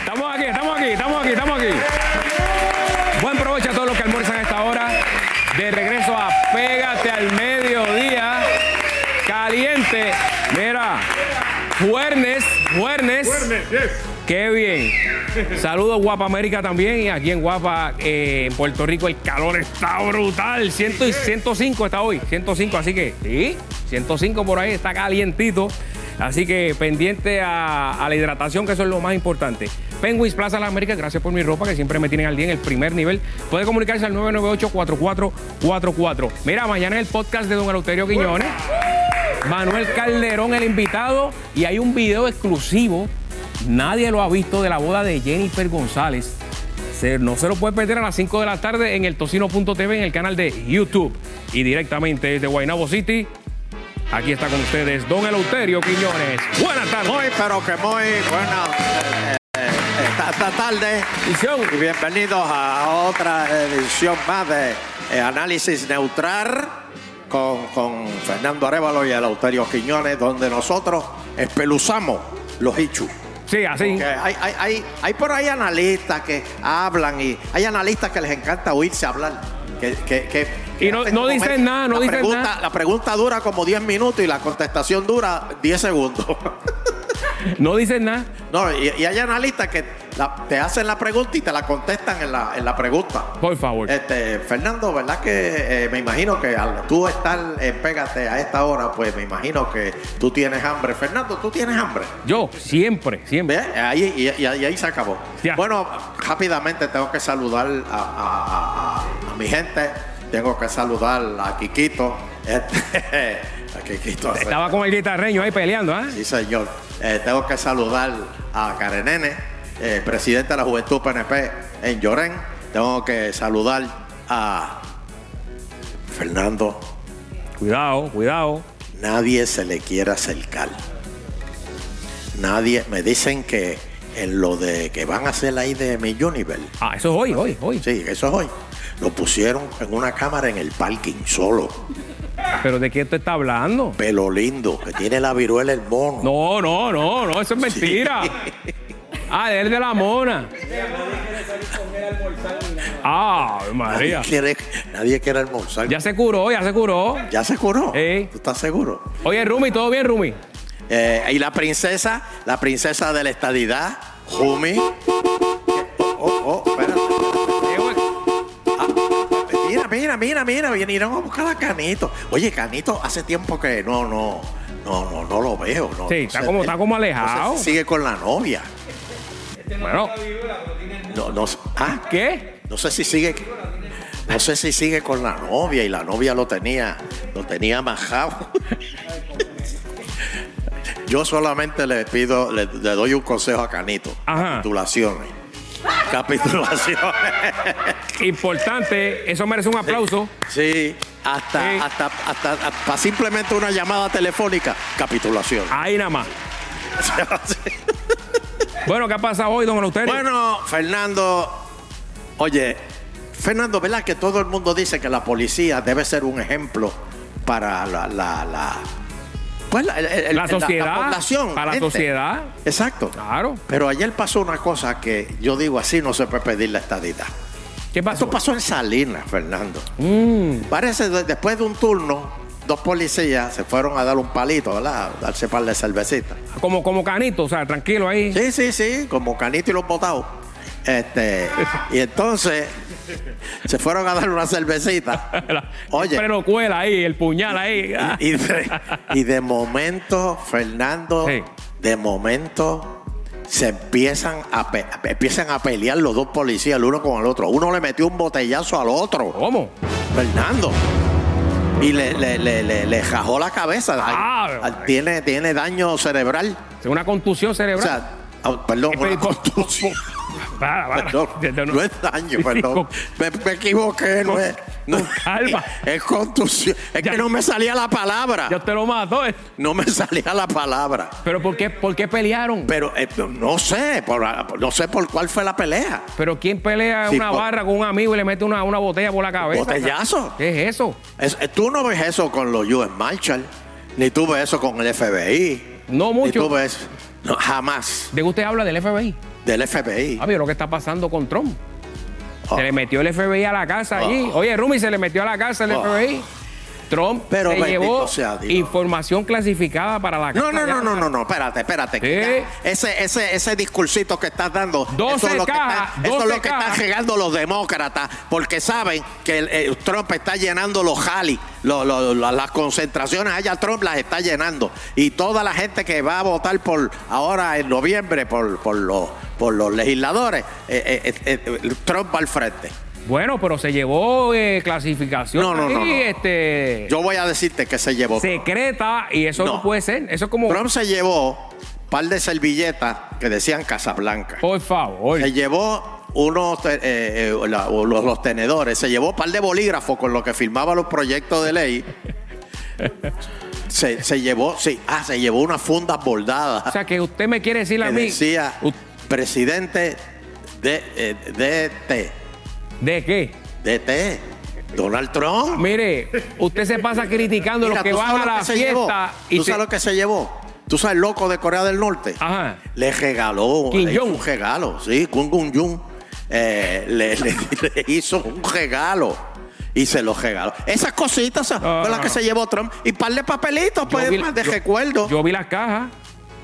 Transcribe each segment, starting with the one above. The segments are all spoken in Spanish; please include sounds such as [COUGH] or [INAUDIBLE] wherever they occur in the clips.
Estamos aquí, estamos aquí, estamos aquí, estamos aquí. Buen provecho a todos los que almuerzan a esta hora. De regreso a Pégate al Mediodía. Caliente. Mira, Juernes, Juernes. Viernes, yes. Qué bien. Saludos Guapa América también. Y aquí en Guapa, eh, en Puerto Rico, el calor está brutal. 100 y 105 está hoy. 105, así que sí, 105 por ahí, está calientito. Así que pendiente a, a la hidratación, que eso es lo más importante. Penguins Plaza Las Américas, gracias por mi ropa, que siempre me tienen al día en el primer nivel. Puede comunicarse al 998-4444. Mira, mañana el podcast de Don Eleuterio Quiñones. Manuel Calderón, el invitado, y hay un video exclusivo Nadie lo ha visto de la boda de Jennifer González. Se- no se lo puede perder a las 5 de la tarde en el tocino.tv en el canal de YouTube. Y directamente desde Guaynabo City, aquí está con ustedes Don Eleuterio Quiñones. Buenas tardes. Muy, pero que muy buena eh, eh, esta, esta tarde Edición. y bienvenidos a otra edición más de eh, Análisis Neutral con, con Fernando Arevalo y Eleuterio Quiñones, donde nosotros espeluzamos los hechos. Sí, así. Porque hay, hay, hay, hay por ahí analistas que hablan y hay analistas que les encanta oírse hablar. Que, que- que- que Y no- hacen no como dicen es- nada, no la dicen pregunta- nada. La pregunta dura como 10 minutos y la contestación dura 10 segundos. [LAUGHS] No dicen nada. No, y, y hay analistas que la- te hacen la pregunta y te la contestan en la, en la pregunta. Por favor. Este, Fernando, ¿verdad que eh, me imagino que al tú estar en Pégate a esta hora, pues me imagino que tú tienes hambre. Fernando, ¿tú tienes hambre? Yo, siempre, siempre. ¿Ve? Ahí, y, y- y ahí se acabó. Ya. Bueno, rápidamente tengo que saludar a, a- a- a mi gente, tengo que saludar a Kikito. Este, [LAUGHS] a Kikito. Estaba con el guitarreño ahí peleando, ¿ah? Sí, señor. Eh, tengo que saludar a Karenene, eh, presidenta de la Juventud PNP en Llorén. Tengo que saludar a Fernando. Cuidado, cuidado. Nadie se le quiere acercar. Nadie. Me dicen que en lo de que van a hacer ahí de mi Universe. Ah, eso es hoy, hoy, hoy. Sí, eso es hoy. Lo pusieron en una cámara en el parking solo. Pero ¿de qué tú estás hablando? Pelo lindo, que tiene la viruela el mono. No, no, no, no, eso es mentira. Ah, él de la mona. Ah, María. nadie, quiere, nadie quiere almorzar. Ya se curó, ya se curó. ¿Ya se curó? Sí. ¿Tú estás seguro? Oye, Rumi, ¿todo bien, Rumi? Eh, y la princesa, la princesa de la estadidad, Jumi. Oh, oh, oh, espérate. Mira, mira, mira, mira, vinieron a buscar a Canito. Oye, Canito, hace tiempo que no, no, no, no, no lo veo. No, Sí, no está sé, como- él- está como no sé si alejado. sigue con la novia. Bueno, No, no, sé- ah, ¿qué? no sé si sigue. No sé si sigue con la novia y la novia lo tenía, lo tenía majado. Yo solamente le pido, le, le doy un consejo a Canito. Ajá. Capitulaciones. Capitulaciones. Importante, eso merece un aplauso. Sí. Hasta, Sí. hasta, hasta, hasta simplemente una llamada telefónica. Capitulación. Ahí nada más. Ah. [LAUGHS] Bueno, ¿qué ha pasado hoy, don Eleuterio? bueno, Fernando. Oye, Fernando, ¿verdad que todo el mundo dice que la policía debe ser un ejemplo para la. la, la- pues la, el- el- La sociedad, población. para la gente. sociedad. Exacto. Claro. Pero ayer pasó una cosa que yo digo así no se puede pedir la estadidad. ¿Qué pasó? Esto pasó en Salinas, Fernando. Ah. Mm, Parece de- después de un turno, dos policías se fueron a dar un palito, ¿verdad? A darse par de cervecitas. como, como canito, o sea, tranquilo ahí. [LAUGHS] Sí, sí, sí, como canito y los botados. Este, y entonces se fueron a dar una cervecita. [LAUGHS] Oye. Pero cuela ahí, el puñal ahí. Ah. Y de, y de momento, Fernando, Sí. de momento se empiezan a, pe- empiezan a pelear los dos policías, el uno con el otro. Uno le metió un botellazo al otro, ¿Cómo? Fernando. Y le, le, le- le- le rajó la cabeza. Ah, Ay, tiene, tiene daño cerebral. Una contusión O cerebral. sea, ah, perdón, Eh, una pero- contusión. [LAUGHS] Para, para. [LAUGHS] Perdón, De- de- no es daño, Sí, perdón. con- Me, me equivoqué, no con- es. no- con calma. [LAUGHS] Es contusión. Es Ya. que no me salía la palabra. Yo te lo mato. eh. No me salía la palabra. Pero ¿por qué, por qué pelearon? Pero eh, no sé, por- ah, no sé por cuál fue la pelea. Pero ¿quién pelea Sí, una por- barra con un amigo y le mete una, una botella por la cabeza? Botellazo. ¿Qué es eso? Es- eh, tú no ves eso con los US Marshall, ni tú ves eso con el FBI. No Ni mucho. tú ves. no, jamás. ¿De qué usted habla del FBI? del FBI. Ah, pero lo que está pasando con Trump. Oh. Se le metió el FBI a la casa allí. Oh. Oye, Rumi, se le metió a la casa el Oh. FBI. Trump Pero se bendito llevó sea Dios. información clasificada para la casa. No, no, de- no, no, no, no, espérate, espérate. que Sí. ya- Ese, ese, ese discursito que estás dando, 12 eso es lo cajas, que, está, eso es 12 lo que están cajas. regando los demócratas, porque saben que el, el Trump está llenando los jalis, lo- lo- lo- las concentraciones allá Trump las está llenando. Y toda la gente que va a votar por ahora en noviembre por, por, los, por los legisladores, eh, eh, eh, eh, Trump va al frente. Bueno, pero se llevó eh, clasificación No, no, no, ahí, no. Este, Yo voy a decirte que se llevó. secreta y eso no. No. puede ser. Eso es como, Trump se llevó un par de servilletas que decían Casablanca. por favor. Se llevó unos te- eh, eh, la- o los, los tenedores, se llevó un par de bolígrafos con lo que firmaba los proyectos de ley. Se, se llevó, sí, ah, se llevó unas fundas O bordadas sea, que usted me quiere decir a que mí. decía U- presidente de eh, DT, ¿De qué? DT, Donald Trump. Mire, usted se pasa criticando Mira, los que ¿tú van sabes a lo la que se llevó? fiesta y ¿Tú se- sabes lo que se llevó? ¿Tú sabes el loco de Corea del Norte? Ajá. Le regaló Kim le hizo Jong. un regalo, sí, Kim Jong Jong eh, le, le- le hizo un regalo y se lo regaló. Esas cositas son No, las no, que no. se llevó Trump y par de papelitos pues, vi- de recuerdo. Yo vi las cajas.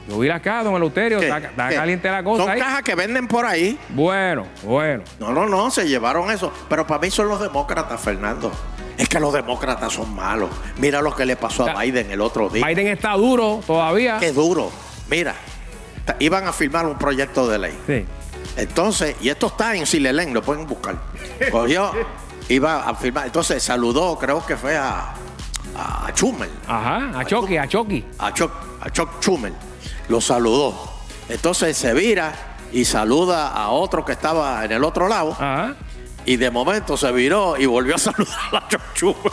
Yo vi las cajas, don Eleuterio. ¿Qué? Está, está ¿Qué? caliente la cosa Son ahí. cajas que venden por ahí. Bueno, bueno. No, no, no, se llevaron eso. Pero para mí son los demócratas, Fernando. Es que los demócratas son malos. Mira lo que le pasó Ta- a Biden el otro día. Biden está duro todavía. Qué duro. Mira, ta- iban a firmar un proyecto de ley. Sí. Entonces, y esto está en Silelén, lo pueden buscar. Cogió, iba a firmar. Entonces saludó, creo que fue a, a Chumel, Ajá, a Chucky, a Chucky. a Chuck, a Chuck Chumel. Lo saludó. Entonces se vira y saluda a otro que estaba en el otro lado. Ajá. Y de momento se viró y volvió a saludar a Chuck Chumel.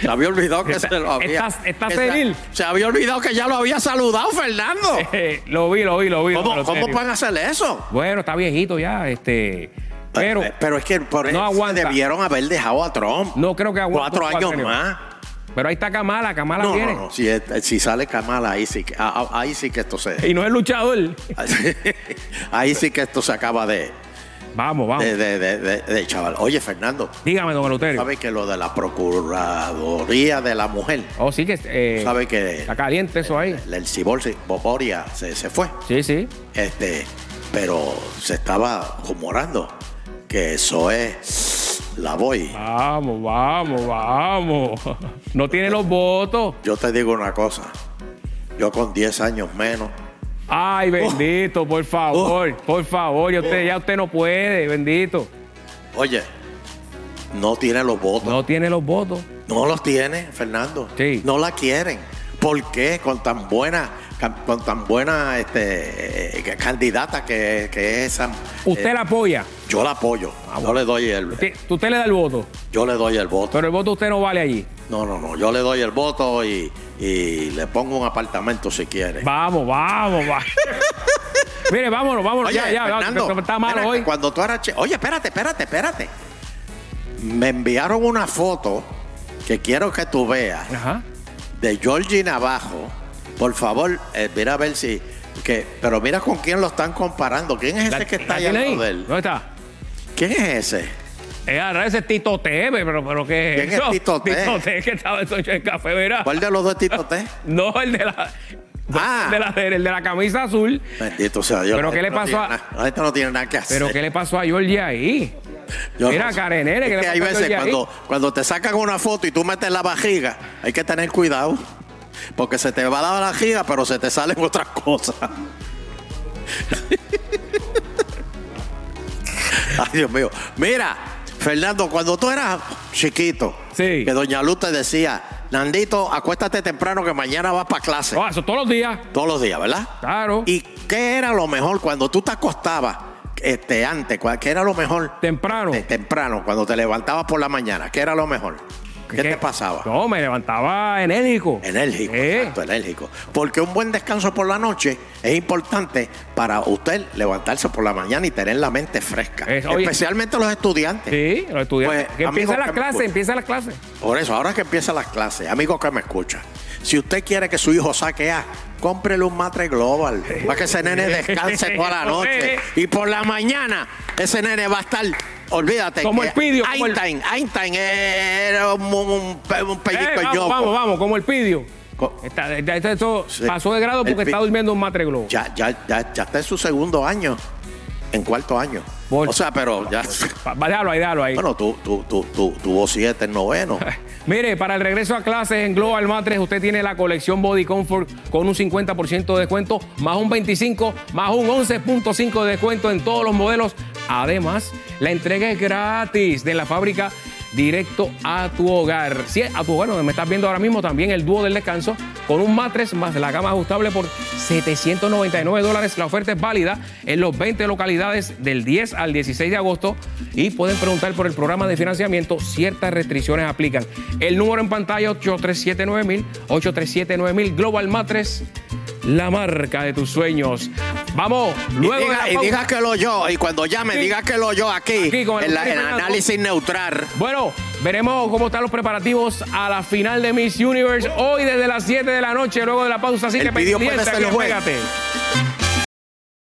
Se había olvidado que Está- se lo había. estás- estás que se- senil. se había olvidado que ya lo había saludado, [LAUGHS] Fernando. Eh, lo vi, lo vi, lo vi. don Oh. ¿Cómo, Eleuterio. ¿Cómo pueden hacer eso? Bueno, está viejito ya, este. Pero Eh, es que por no eso aguanta. debieron haber dejado a Trump no creo que aguante cuatro un años cuatrenio. más. Pero ahí está Kamala, Kamala No, viene. no, no. Si, eh, si sale Kamala, ahí sí, que- ah, ah, ahí sí que esto se. Y no es luchador. [LAUGHS] ahí sí que esto se acaba de, Vamos, vamos. de, de- de- de- de chaval. Oye, Fernando, Dígame, don Eleuterio. ¿sabes que lo de la Procuraduría de la Mujer? Oh, sí que. eh, ¿Sabe que Eh, Está caliente eso ahí. el cibor sí, Boboria se, se fue? Sí, sí. Este, pero se estaba rumorando que eso es la voy. Vamos, vamos, vamos. No tiene los votos. Yo te digo una cosa. Yo con 10 años menos. Oh. Ay, bendito, por favor, por favor. Ya usted, ya usted no puede, bendito. Oye, no tiene los votos. No tiene los votos. No, los tiene, Fernando. Sí. No la quieren. ¿Por qué? Con tan buena, con tan buena este, eh, candidata que, que es esa. Usted Ah, eh, la apoya. Yo la apoyo. Yo le doy el, Usted usted le da el voto, yo le doy el voto. pero el voto usted no vale allí. No, no, no. Yo le doy el voto y, y le pongo un apartamento si quiere. Vamos, vamos, [LAUGHS] vamos. Mire, vámonos, vámonos. Oye, ya, ya, ya, Fernando, que está malo mira, hoy. Cuando tú eras che- Oye, espérate, espérate, espérate. Me enviaron una foto que quiero que tú veas Ajá. de Georgie Navajo. Por favor, eh, mira a ver si. Que, pero mira con quién lo están comparando. ¿Quién es ese La- que está la allá tiene ahí. al lado de él? ¿Dónde está? ¿Quién es ese? Eh, ahora ese es Tito Teve, pero, pero ¿qué es ¿Quién es eso? Tito Teve? Tito Teve que estaba eso hecho en café, verá. ¿Cuál de los dos Tito T? No, el de la. Ah. De la, el de la camisa azul. Bendito sea Dios. ¿Pero la qué gente le no pasó tiene a- nada- La gente no tiene nada que hacer. Pero ¿qué le pasó a Georgie ahí? Yo Mira, no sé. Karenere, Es ¿qué le que hay pasó a veces Georgie ahí? cuando, cuando te sacan una foto y tú metes la vajiga, hay que tener cuidado. Porque se te va la vajiga, pero se te salen [LAUGHS] otras cosas. Ay, Dios mío. Mira, Fernando, cuando tú eras chiquito, Sí. que Doña Luz te decía, Nandito, acuéstate temprano que mañana vas para clase. Oh, eso todos los días. Todos los días, ¿verdad? Claro. ¿Y qué era lo mejor cuando tú te acostabas este, antes? ¿cuál- ¿Qué era lo mejor? temprano. Eh, temprano, cuando te levantabas por la mañana, ¿qué era lo mejor? ¿Qué, te pasaba? No, me levantaba enérgico. Enérgico, Eh, exacto, enérgico. Porque un buen descanso por la noche es importante para usted levantarse por la mañana y tener la mente fresca. Es- oye. Especialmente los estudiantes. Sí, los estudiantes. Pues, que amigo, empieza las que me clases, escucha. empieza las clases. Por eso, ahora que empiezan las clases, amigos que me escuchan, Si usted quiere que su hijo saque A, cómprele un matre global para que ese nene descanse toda [LAUGHS] la noche. Y por la mañana, ese nene va a estar. Olvídate. Como que el pidio, como el- Einstein, Einstein era un, un, un pellizco Eh, vamos, ñoco. vamos, vamos, como el pidio. Co- Está, está- está- esto pues. Sí. pasó de grado El porque pi- está durmiendo un matre globo. Ya, ya, ya, ya está en su segundo año, en cuarto año. Por- O sea, pero ya. [LAUGHS] Pa- pa- Déjalo ahí, déjalo ahí. Bueno, tú, tú, tú, tú, tuvo siete [LAUGHS] en noveno. Mire, para el regreso a clases en Global Matres, usted tiene la colección Body Comfort con un 50% de descuento, más un 25, más un 11.5 de descuento en todos los modelos. Además, la entrega es gratis de la fábrica directo a tu hogar. Si es a tu hogar donde me estás viendo ahora mismo, también el dúo del descanso con un matres más la cama ajustable por 799 dólares. La oferta es válida en los 20 localidades del 10 al 16 de agosto y pueden preguntar por el programa de financiamiento. Ciertas restricciones aplican. El número en pantalla 8379000, 8379000 Global Matres, la marca de tus sueños. Vamos, luego y de la diga, y pausa- diga que lo yo, y cuando llame, Sí. diga que lo yo aquí, Aquí con el en, la- Luis en Fernando. análisis neutral. Bueno, veremos cómo están los preparativos a la final de Miss Universe hoy desde las 7 de la noche, luego de la pausa. Así El que video puede pendiente, ser aquí el en juez. Pégate.